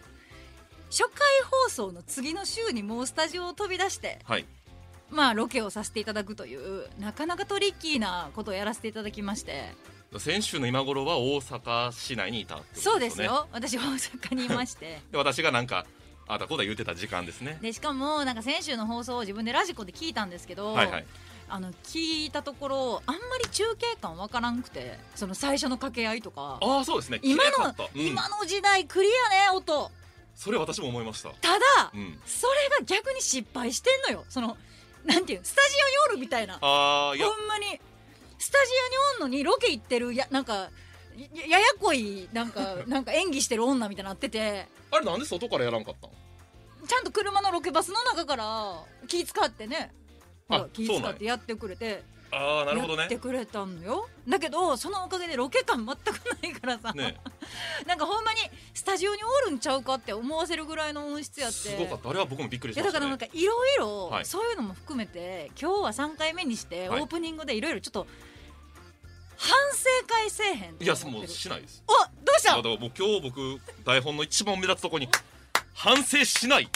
初回放送の次の週にもうスタジオを飛び出してはいまあロケをさせていただくというなかなかトリッキーなことをやらせていただきまして先週の今頃は大阪市内にいたってことそうでよすねよ私大阪にいまして で私がなんかああだこうだ言ってた時間ですねでしかもなんか先週の放送を自分でラジコで聞いたんですけど、はいはいあの聞いたところあんまり中継感わからんくてその最初の掛け合いとかああそうですね今綺麗だのった、うん、今の時代クリアね音それ私も思いましたただうんそれが逆に失敗してんのよそのなんていうスタジオにおるみたいなほああいやんまにスタジオにおんのにロケ行ってるやなんかやややこいなんか なんか演技してる女みたいになっててあれなんで外からやらんかったのちゃんと車のロケバスの中から気使ってねほらあ気そう使なっんやてやってくれてああなるほどやっねてくれたのよだけどそのおかげでロケ感全くないからさ、ねなんかほんまにスタジオにおるんちゃうかって思わせるぐらいの音質やってすごかったあれは僕もびっくりいしやましだかた、らね、なんかいろいろはいそういうのも含めて今日は3回目にしてオはいープニングでいろいろちょっと反省会せえへんいやそうもうしないないですおどうしいやただからもう今日僕台本の一番目立つとこに反省しない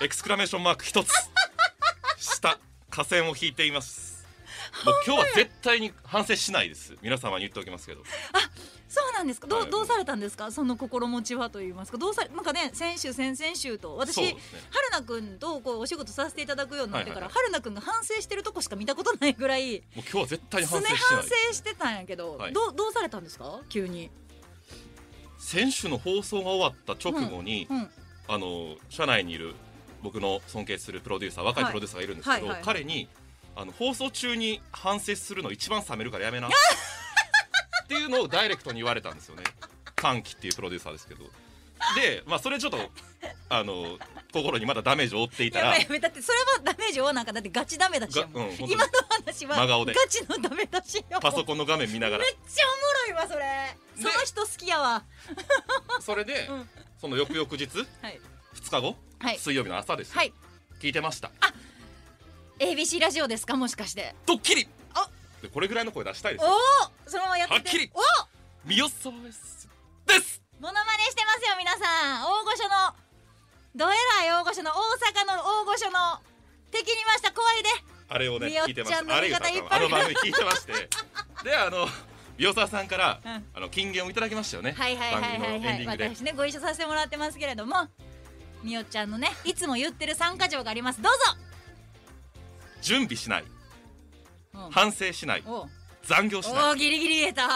エクスクラメーションマーク一つ下下線を引いていますもう今日は絶対に反省しないです皆様に言っておきますけどそうなんですかどう,、はいどうされたんですかその心持ちはと言いますかどうされなんかね先週先々週と私そう春ですね菜くんとこうお仕事させていただくようになってから、はいはい春菜くんが反省してるとこしか見たことないぐらいもう今日は絶対にす反ね省しない反省してたんやけど、はいどうどうされたんですか急に、先週の放送が終わった直後に、うん、あの社内にいる僕の尊敬するプロデューサー若いはいプロデューサーがいるんですけど、はいはいはい彼にあの放送中に反省するの一番冷めるからやめ なっていうのをダイレクトに言われたんですよね歓喜っていうプロデューサーですけどで、まあ、それちょっとあの心にまだダメージを負っていたやらばいやばいだってそれはダメージはなんかだってガチダメだしやもんがうん本当に今の話は真顔でガチのダメだしよパソコンの画面見ながらめっちゃおもろいわそれその人好きやわそれで、うんその翌々日はい、 2日後、はい水曜日の朝ですよ、はい、聞いてました ABC ラジオですかもしかしてドッキリあでこれぐらいの声出したいですおよおそのままやっててはっきりお三好さんですですモノマネしてますよ皆さん大御所のどえらい大御所の大阪の大御所の敵にました怖いであれをねみよ聞いてましちゃんのたあれ言いが方いっぱいあの番組聞いてま してであの美さんから、うんあの金言をいただきましたよね、はいはいはいは番い組のエンディンはグいで私ねご一緒させてもらってますけれどもみよちゃんのねいつも言ってる参加条がありますどう準備しないぞ、うん反省しないおう残業しおない おギリギリ言えた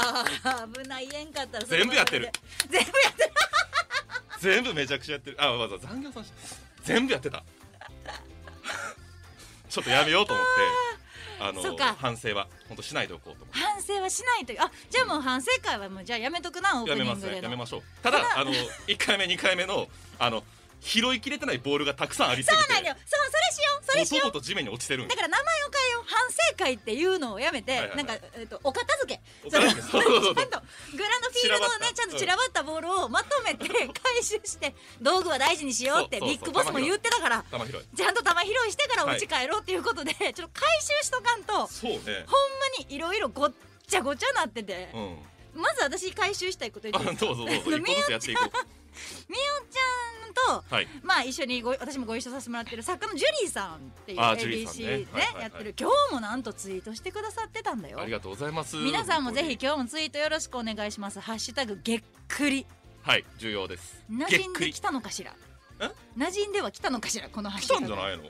危ない言えんかったら全部やってる全部やってる全部めちゃくちゃやってるあわざわざ残業さんし全部やってた ちょっとやめようと思ってあそのうか反省は本当しないでおこうと思って反省はしないというあじゃあもう反省会はもうじゃあやめとくなオーやプめニンまグすでのねやめましょうただあの1回目2回目のあの拾いきれてないボールがたくさんありすそうなんぎよてそうそれしようそれしようと地面に落ちてるんよだから名前を変えよう反省会っていうのをやめて、はいはいはいなんか、えっとお片付けお片付けそのそうそうそうちゃんとグランドフィールド散らばをねったちゃんと散らばったボールをまとめて回収して道具は大事にしようってそうそうビそうッグボスも言ってたから玉拾いちゃんと玉拾いしてからお家帰ろうっていうことで、ちょっと回収しとかんとほんまそうねにいろいろごっちゃごちゃなっててう、んまず私回収したいことあ言っていいですどかうぞどうぞ一個 あのずつやっていこみおちゃんとうはいまあ一緒にご私もご一緒させてもらってる作家のジュリーさんっていうあジュリーさん ABC ねはいはねいはいやってる今日もなんとツイートしてくださってたんだよありがとうございます皆さんもぜひ今日もツイートよろしくお願いします「ハッシュタグげっくりはい重要です」馴げっ染んくでりき来たのかしらえ馴染んでは来たのかしらこのハッシュたタんグじゃないの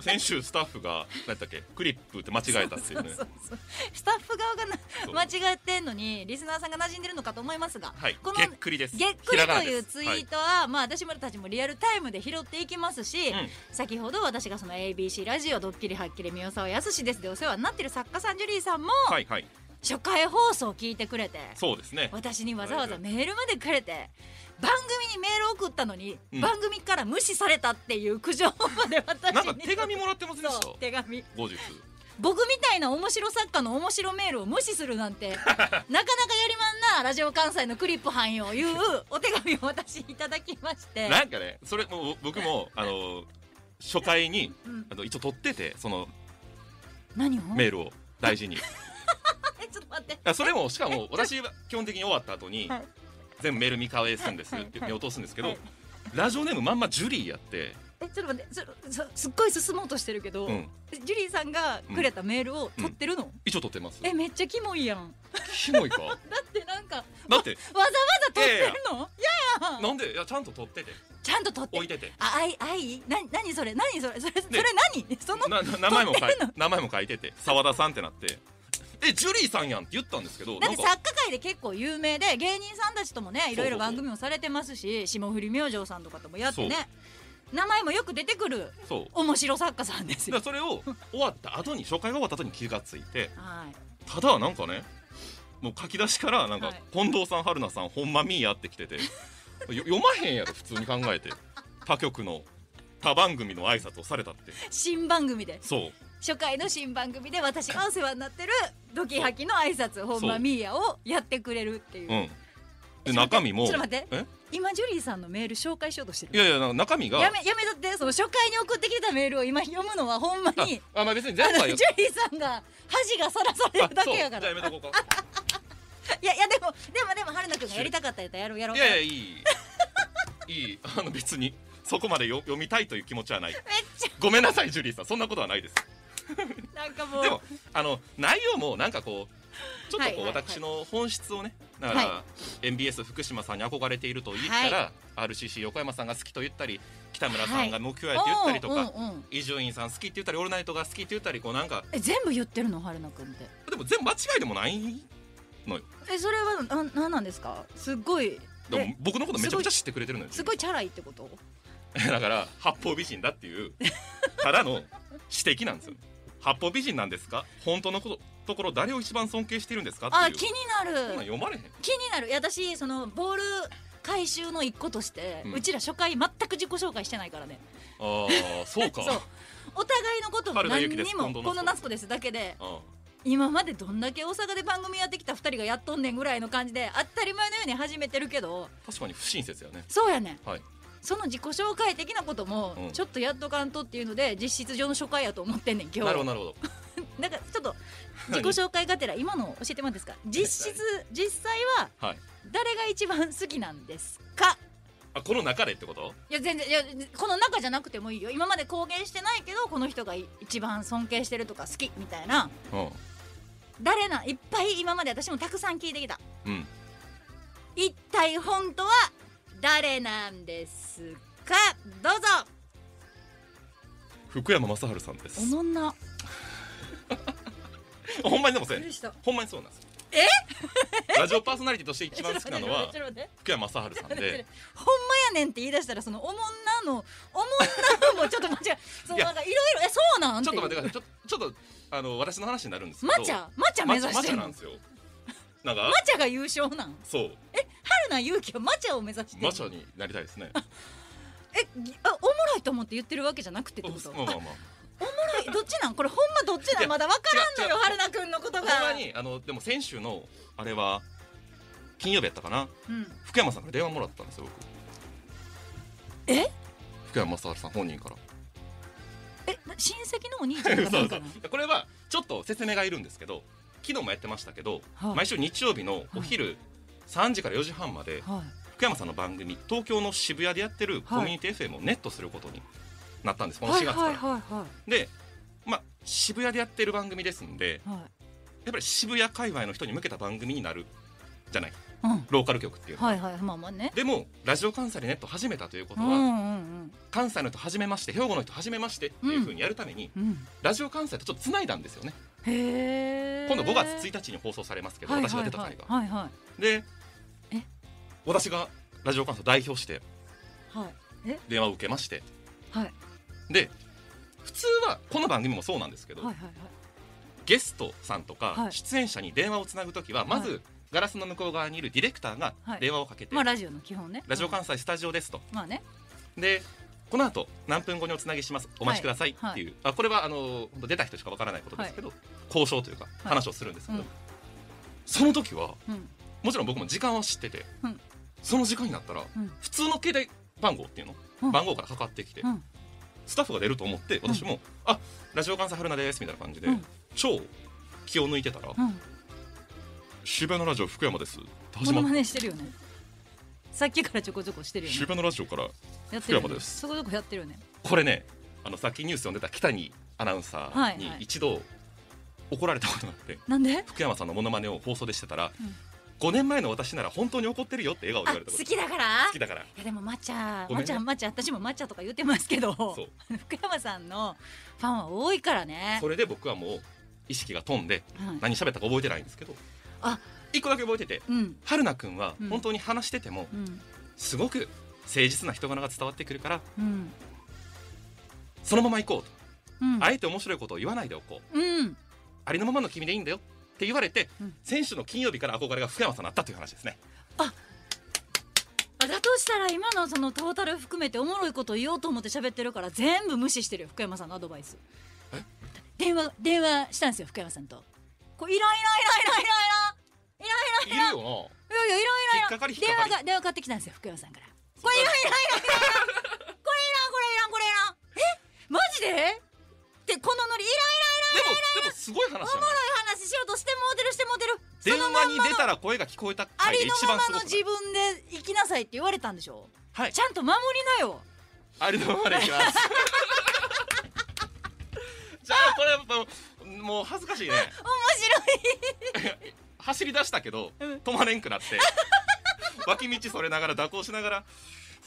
先週スタッフが 何だっけクリップって間違えたっていうねそうそうそうスタッフ側がなそう間違ってんのにリスナーさんが馴染んでるのかと思いますが、はいこのげっくりですげっひくりらがとないうですツイはートは、まあ私もたちもリアルタイムで拾っていきますし、うん先ほど私がその ABC ラジオドッキリはっきり宮沢康ですでお世話になってる作家さんジュリーさんもはいはい初回放送を聞いてくれてそうですね私にわざわざメールまでくれて番組にメール送ったのに、うん番組から無視されたっていう苦情まで私になんか手紙もらってませんでしたそう手紙後日僕みたいな面白作家の面白メールを無視するな んてなかなかやりまんなラジオ関西のクリップ班よいうお手紙を私いただきましてなんかねそれもう僕もあの初回にうんあの一応取っててその何をメールを大事にい えちょっと待ってやそれもしかも私は基本的に終わった後にはい全部メール見返すんですってはい目を通すんですけはどいラジオネームまんまジュリーやってえちょっと待ってちょそすっごい進もうとしてるけど、うんジュリーさんがくれたメールを取ってるの、一応取ってますえめっちゃキモいやんキモいか だってなんかわだってざわざ取ってるの、いやいやなんでいやちゃんと取っててちゃんと取って置いててああいあいな何それ何それそれそれで何そのなな名前も書い取ってんの名前も書いてて澤田さんってなってえジュリーさんやんって言ったんですけどだなんってか作家界で結構有名で芸人さんたちともねいろいそうそろう番組もされてますし霜降り明星さんとかともやってね名前もよく出てくるそう面白作家さんですだからよ。それを終わった後に初回が終わった後に気がついてはい、ただなんかねもう書き出しからなんはかい近藤さん春菜さんほんまみーやってきててよ読まへんやろ普通に考えて他局の他番組の挨拶をされたって新番組でそう初回の新番組で私がお世話になってるドキハキの挨拶本間ミーヤをやってくれるっていう、うんでちょっと待って中身もちょっと待ってえ今ジュリーさんのメール紹介しようとしているやいやなんか中身がやめやめとってその初回に送ってきたメールを今読むのはほんまにあまあ別にあ全部のは ジュよリーさんが恥がさらされるだけやかあそうじゃあらやめとこういやいやでもでもでも春菜くんがやりたかったやつやろうやろかういやいやいいいいあの別にそこまでよ読みたいという気持ちはないめっちごめんなさいジュリーさんそんなことはないですゃなんかもう でもあの内容もなんかこうちょっとこうはいはいはい私の本質をねだから、は MBS 福島さんに憧れていると言ったら、RCC 横山さんが好きと言ったり北村さんが目標やって言ったりとか、うんうんうん伊集院さん好きって言ったりオールナイトが好きって言ったりこうなんかえ全部言ってるの春菜くんってでも全部間違いでもないえそれはななんなんですかすっごいでもえ僕のことめちゃくちゃ知ってくれてるのよすごいチャラいってこと だから八方美人だっていうただの指摘なん ですよ八方美人なんですか本当のことところ誰を一番尊敬しているんですかっていうあ気にこんななんる読まれへん気になるいや私そのボール回収の一個として、ううんちら初回全く自己紹介してないからねああそうか そうお互いのことも春菜何ゆきですにも近藤夏子この夏子ですだけでああ今までどんだけ大阪で番組やってきた2人がやっとんねんぐらいの感じで当たり前のように始めてるけど確かに不親切やねそうやねんはいその自己紹介的なことうもんちょっとやっとかんとっていうので実質上の初回やと思ってんねん今なるほど日なるほどだからちょっと自己紹介がてら今の教えてもらっていいですか実質実際ははい誰が一番好きなんですかあこの中でってこといや全然いやこの中じゃなくてもいいよ今まで公言してないけどこの人がい一番尊敬してるとか好きみたいなう誰ないっぱい今まで私もたくさん聞いてきたんうん一体本当は誰なんですかどうぞ福山雅治さんですおもんなほんまにでもそうやねしたほんまにそうなんですよラジオパーソナリティとして一番好きなのは ちょっと待って福山雅治さんちょっと待ってちょっと待ってでほんまやねんって言い出したらそのおもんなのおもんなのもちょっと間違えそのいやなんかいろいろえそうなんちょっと待ってくだっさいちょちょっとあの私の話になるんですてけマどチャマチャ目指マしチてャんなのんマですよなんかチャが優勝なんそう春菜勇気はマチャを目指してんのマチャになりたいですねえぎあおもろいと思って言ってるわけじゃなくてってことまあまあまああどっちなんこれほんまどっちいなやんまだわからんのよ違う違う春菜くんのことほんがまにあのでも先週のあれは金曜日やったかなうん福山さんから電話もらったんですよ僕え福山雅治さん本人 からえな親戚のお兄ちゃんがそなんうかそうなこれはちょっと説明がいるんですけど昨日もやってましたけど、はい毎週日曜日のお昼3時から4時半まではい福山さんの番組東京の渋谷でやってるコミュニティ FM をネットすることになったんです、この4月から。はいはいはで、まあ、渋谷でやってる番組ですんでいはいやっぱり渋谷界隈の人に向けた番組になるじゃないうんローカル局っていうのは。はいはいまあまあねでもラジオ関西でネット始めたというこうとんは、うん関西の人初めまして兵庫の人初めましてっていうふうにやるために、うんうんラジオ関西とちょっとつないだんですよねへえ今度5月1日に放送されますけど、私が出た回が、はいはいはいでえ私がラジオ関西を代表してはいはいえ電話を受けましてはいで普通はこの番組もそうなんですけど、はいはいはいゲストさんとかはい出演者に電話をつなぐときはまず、はいガラスの向こう側にいるディレクターがはい電話をかけて、まあラジオの基本ねラジオうん関西スタジオですと、まあねでこの後何分後におつなぎしますお待ちくださいっていう、あこれはあの本当出た人しかわからないことですけど、交渉というか話をするんですけど、うんその時はうんもちろん僕も時間は知ってて、うんその時間になったらうん普通の携帯番号っていうの、うん番号からかかってきて、うんスタッフが出ると思って私も「あラジオ関西春菜です」みたいな感じで、うん超気を抜いてたらうん「渋谷のラジオ福山です」って始モまノっマネしてるよねさっきからちょこちょこしてるよね渋谷のラジオからやってるよ福山ねですそこそこやってるよねこれねあのさっきニュース読んでた北にアナウンサはーいにはい一度怒られたことがあって、 なんで福山さんのモノマネを放送でしてたら、うん5年前の私なら本当に怒ってるよって笑顔で言あわれたこと好きだから好きだからいやでも抹茶、ごめん抹ね茶抹茶私も抹茶とか言ってますけどそう 福山さんのファンは多いからねそれで僕はもう意識が飛んではい何喋ったか覚えてないんですけどあ一個だけ覚えててうん春菜くんはうん本当に話しててもうんすごく誠実な人柄が伝わってくるからうんそのまま行こうと、うんあえて面白いことを言わないでおこううんありのままの君でいいんだよって言われて、うん選手の金曜日から憧れが福山さんだったという話ですねあだとしたら今のそのトータル含めておもろいこと言おうと思って喋ってるから全部無視してるよ福山さんのアドバイス電話電話したんですよ福山さんとこういらんいらんいらんいらんいらんいらんいらいんるよいやいやい引っらんいらんいらかかり引っか電か話りが電話買ってきたんですよ福山さんからこれいらんいらんいらんいらんいらんこれいらんこれいらんこれいらんえマジでってこのノリいらでもでもすごい話じゃないんいらん話しようとしてもうてるしてもうてる電そのまん話にま出たら声が聞こえたあ回でりの一ま番ますごのくない自分で生きなさいって言われたんでしょはいちゃんと守りなよありのままでいきます。じゃあこれやっぱもう恥ずかしいね。面白い走り出したけどうん止まれんくなって、脇道それながら蛇行しながら。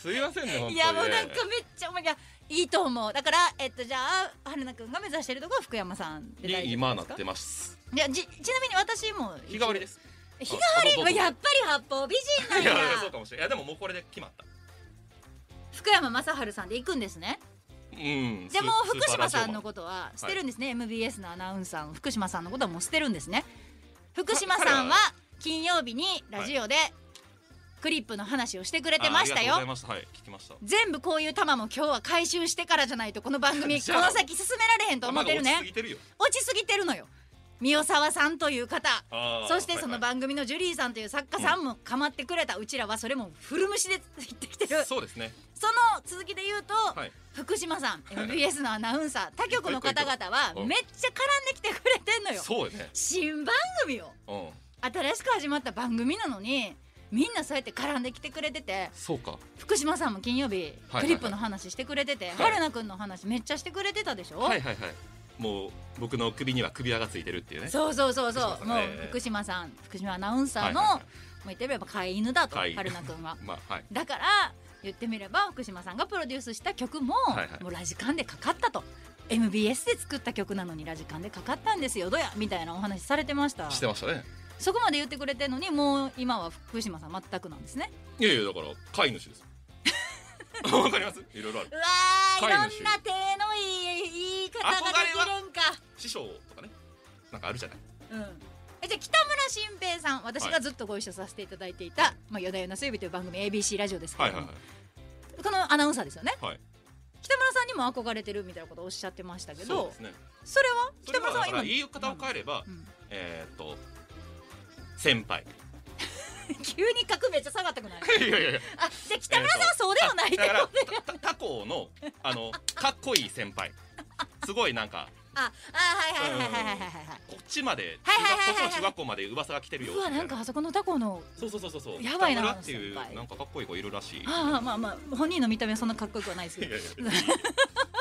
すいませんね本当に、いね。やもうなんかめっちゃお前がいいと思うだからえっとじゃあ春菜くんが目指してるとこは福山さんで大丈夫ですかに今なってます。いやじちなみに私も日替わりです。日替あどうわぞりやっぱり八方美人なんいややそうかもしれない。いやでももうこれで決まった。福山雅治さんで行くんですねうん。じゃあもうスー福島さスーパーラんのジオマンことは捨てるんですね、MBS のアナウンサーの福島さんのことはもう捨てるんですね福島さんは金曜日にラジオでクリップの話をしてくれてましたよあありがとうございました。はい聞きました。全部こういう玉も今日は回収してからじゃないとこの番組こじゃあの先進められへんと思ってる頭が落ちすねぎてるよ。落ちすぎてるのよ三沢さんという方あーそしてそはのいはい番組のジュリーさんという作家さんも構ってくれた、うちらはそれも古虫で行ってきてるそうですね。 その続きで言うと、はい。福島 さん MBS のアナウンサー他局の方々はうんめっちゃ絡んできてくれてんのよそうよね。新番組ようん。新しく始まった番組なのにみんなそうやって絡んできてくれててそうか。福島さんも金曜日はいはいはいクリップの話してくれてて、い春菜くんの話めっちゃしてくれてたでしょ、はいはいはい。もう僕の首には首輪がついてるっていうね。そうそうそうそう、福島さんもうね福島さん福島アナウンサーの、はいはいはいもう言ってみれば飼い犬だと飼春い菜くんはまあはい。だから言ってみれば福島さんがプロデュースした曲も,、いはいもうラジカンでかかったと MBS で作った曲なのにラジカンでかかったんですよどやみたいなお話されてましたしてましたね。そこまで言ってくれてんのにもう今は福島さん全くなんですねいやいやだから飼い主 ですわかりますいろいろあるうわーい飼ろんいな主手のいい言い方ができるんか、師匠とかねなんかあるじゃないうん、えじゃあ北村新平さん私がずっとご一緒させていただいていた「まあ、夜な夜な水曜日」という番組 ABC ラジオですけはれいどはも、いはいこのアナウンサーですよね、はい北村さんにも憧れてるみたいなことをおっしゃってましたけそうどですねそれはそれ北は村さんだはか今ら言い方を変えればうんえーっと先輩急に格めっちゃ下がったくないいやいやいやあじゃあ北村さんはそうではないってだこかとらたた他校のあのかっこいい先輩すごいなんかああはいはいはいはいはいはいはいこっちまで中はいはいは学こっちいはいの中学校まで噂が来てるようみわたないんかあそこのタコのそうそうそうそうそうやばいな北村っていう先輩なんかかっこいい子いるらしいああまあまあ本人の見た目はそんなかっこよくはないですいやけいどやいや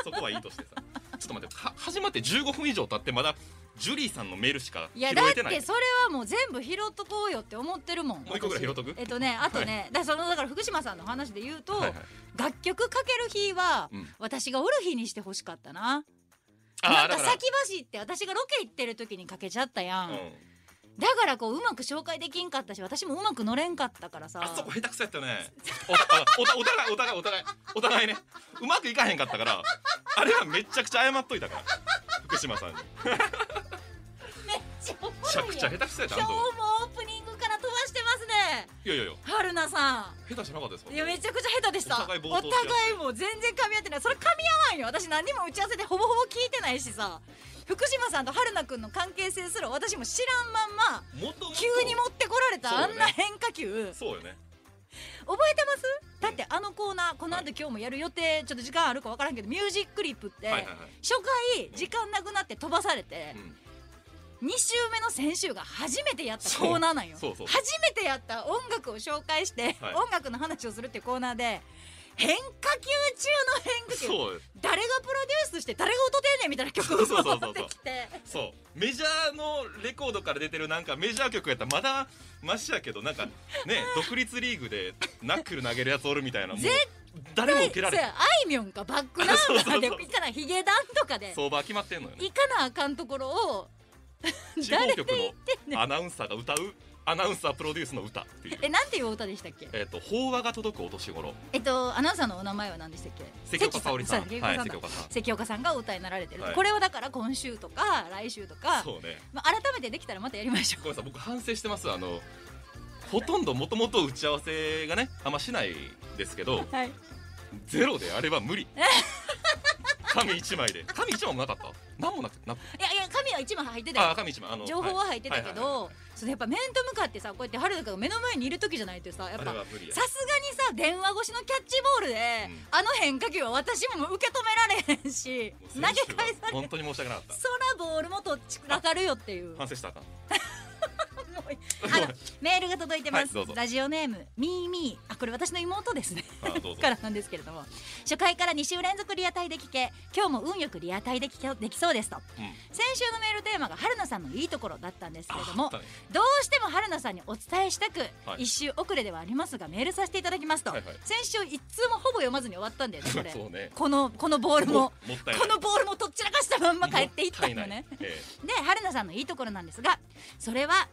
そこはいいとしてさちょっと待っては始まって15分以上経ってまだジュリーさんのメールしか拾いえやだっててなそいれはもう全部拾っとこうよって思ってるもんもう一個ぐらい拾っとく私えっとねあとね、だからそのだから福島さんの話で言うと、はいはい楽曲かける日は、うん私がおる日にしてほしかったななあーんかだから先走って私がロケ行ってる時にかけちゃったやん、うんだからこううまく紹介できんかったし私もうまく乗れんかったからさあそこ下手くそやったよねおあおたお互いお互いお互いお互いねうまくいかへんかったからあれはめちゃくちゃ謝っといたから福島さんにめめっちゃおもちゃろくいちゃやん下手くそやったあ今んた日もオープニングから飛ばしてますねいやいやいや春菜さ下手じゃなかったですかんいやめちゃくちゃ下手でしたお互い暴走し合ってお互いもう全然噛み合ってないそれ噛み合わんよ私何にも打ち合わせでほぼほぼ聞いてないしさ福島さんと春菜くんの関係性すら私も知らんまんまもともと急に持ってこられたあんな変化球、そうよね覚えてますだってあのコーナーこの後今日もやる予定ちょっと時間あるか分からんけどミュージックリップってはいはい初はい回時間なくなって飛ばされてうん2週目の先週が初めてやったコーナーなんよそうそうそう初めてやった音楽を紹介してはい音楽の話をするっていうコーナーで変化球中の変化球そうよ誰がプロデュースして誰が音出んねんみたいな曲 そをうそうそうそう持ってきてそうメジャーのレコードから出てるなんかメジャー曲やったらまだマシやけどなん かね独立リーグでナックル投げるやつおるみたいなもう絶誰も受けられそうへんやあいみょんかバックナンバ ーでそうそうそういたらヒゲダンとかで相場は決まってんのよね行かなあかんところを地誰方で局ねんのアナウンサーが歌うアナウンサープロデュースの歌っていうえなんていうお歌でしたっけえっ、と法話が届くお年頃えっと、アナウンサーのお名前は何でしたっけ関岡沙織さん関は岡いさん関だ岡さん関岡さんがお歌いになられてる、はいこれはだから今週とか来週とか、そうねまあ、改めてできたらまたやりましょごめんなさい僕反省してますあのほとんどもともと打ち合わせがねあんましないですけど うはいゼロであれば無理紙一枚で紙一枚もなかった何もなくなくいやいや紙は一枚入ってたあよ紙一枚あの情報は入ってたはけいはいはいはいどそのやっぱ面と向かってさこうやって春香が目の前にいる時じゃないとさやっあぱれさは無理やすがにさ電話越しのキャッチボールで、うんあの変化球は私も受け止められへんしもう投選げ返手がされ本当に申し訳なかったそらボールもとっちくらかるよっていう反省したらあかんもう あのメールが届いてます、はいどうぞラジオネームみーみーあこれ私の妹ですねあどうぞからなんですけれども初回から2週連続リアタイで聞け今日も運よくリアタイで聞けできそうですとうん先週のメールテーマが春菜さんのいいところだったんですけれども、あったねどうしても春菜さんにお伝えしたく、はい一周遅れではありますがメールさせていただきますと、はいはい先週一通もほぼ読まずに終わったんだよねこ れそうねこのこのボールももったいないこのボールもとっちらかしたまんま帰っていったのもたねいないえで春菜さんのいいところなんですがそれは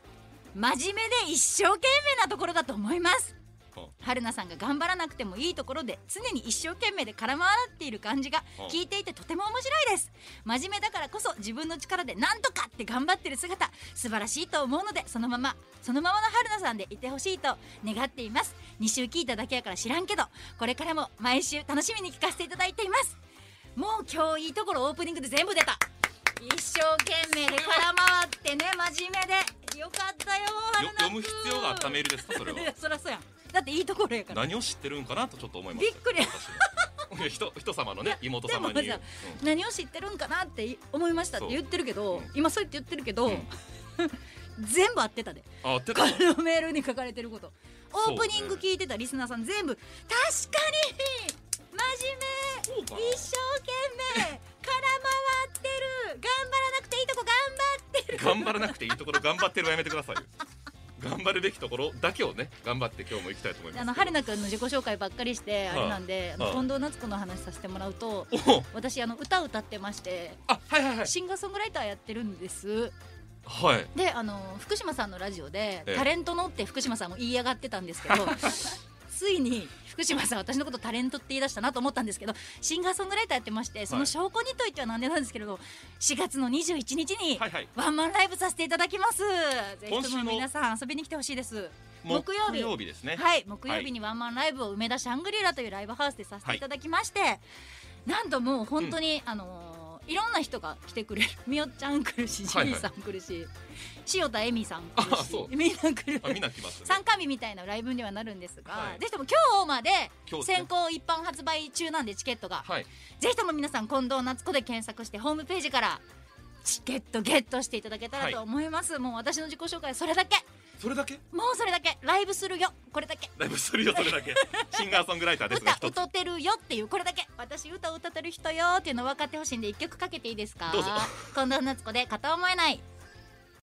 真面目で一生懸命なところだと思いますあ春菜さんが頑張らなくてもいいところで常に一生懸命で空回っている感じがあ聞いていてとても面白いです真面目だからこそ自分の力でなんとかって頑張ってる姿素晴らしいと思うのでそのままそのままの春菜さんでいてほしいと願っています2週聞いただけやから知らんけどこれからも毎週楽しみに聞かせていただいていますもう今日いいところオープニングで全部出た一生懸命で空回ってね真面目でよかったよえよ春菜読む必要があったメールですかそ れはいやそりゃそうやんだっていいところやから何を知ってるんかなとちょっと思いまびしったくりいや人人様のね妹 で様もに言さう、何を知ってるんかなって思いましたって言ってるけど、そううん今そう言って言ってるけど、うん 全部合ってたでうんあ合ってこたのメールに書かれてることそうオねープニング聞いてたリスナーさん全部確かに真そうか面目一生懸命空回ってる頑張らなくていいとこ頑張ってる頑張らなくていいところ頑張ってるはやめてくださいよ頑張るべきところだけをね頑張って今日も行きたいと思いますあの春菜くんの自己紹介ばっかりしてあれなんで、あのはい近藤夏子の話させてもらうとおお私あの歌歌ってましてあはいはいはいシンガーソングライターやってるんですはいであの福島さんのラジオでええタレントのって福島さんも言い上がってたんで すけどついに福島さん私のことタレントって言い出したなと思ったんですけどシンガーソングライターやってましてその証拠にといってはなんでなんですけれど4月の21日にはいはいワンマンライブさせていただきますぜひ今と週のも皆さん遊びに来てほしいです木木曜曜日日ですねはい木曜日にワンマンライブを梅田シャングリラというライブハウスでさせていただきまして、なんともう本当に、あのーいろんな人が来てくれるみおちゃん来るしジはいはいミーさん来るし、塩田恵美さん来るあしそうみんな来るあみんな来ますね参加日みたいなライブにはなるんですが、はいぜひとも今日まで今日ですね先行一般発売中なんでチケットが、はいぜひとも皆さん近藤夏子で検索してホームページからチケットゲットしていただけたらと思います、もう私の自己紹介はそれだけそれだけもうそれだけライブするよこれだけライブするよそれだ けシンガーソングライターですが歌一つ歌ってるよっていうこれだけ私歌歌ってる人よっていうの分かってほしいんで一曲かけていいですかどうぞ近藤夏子で片思えない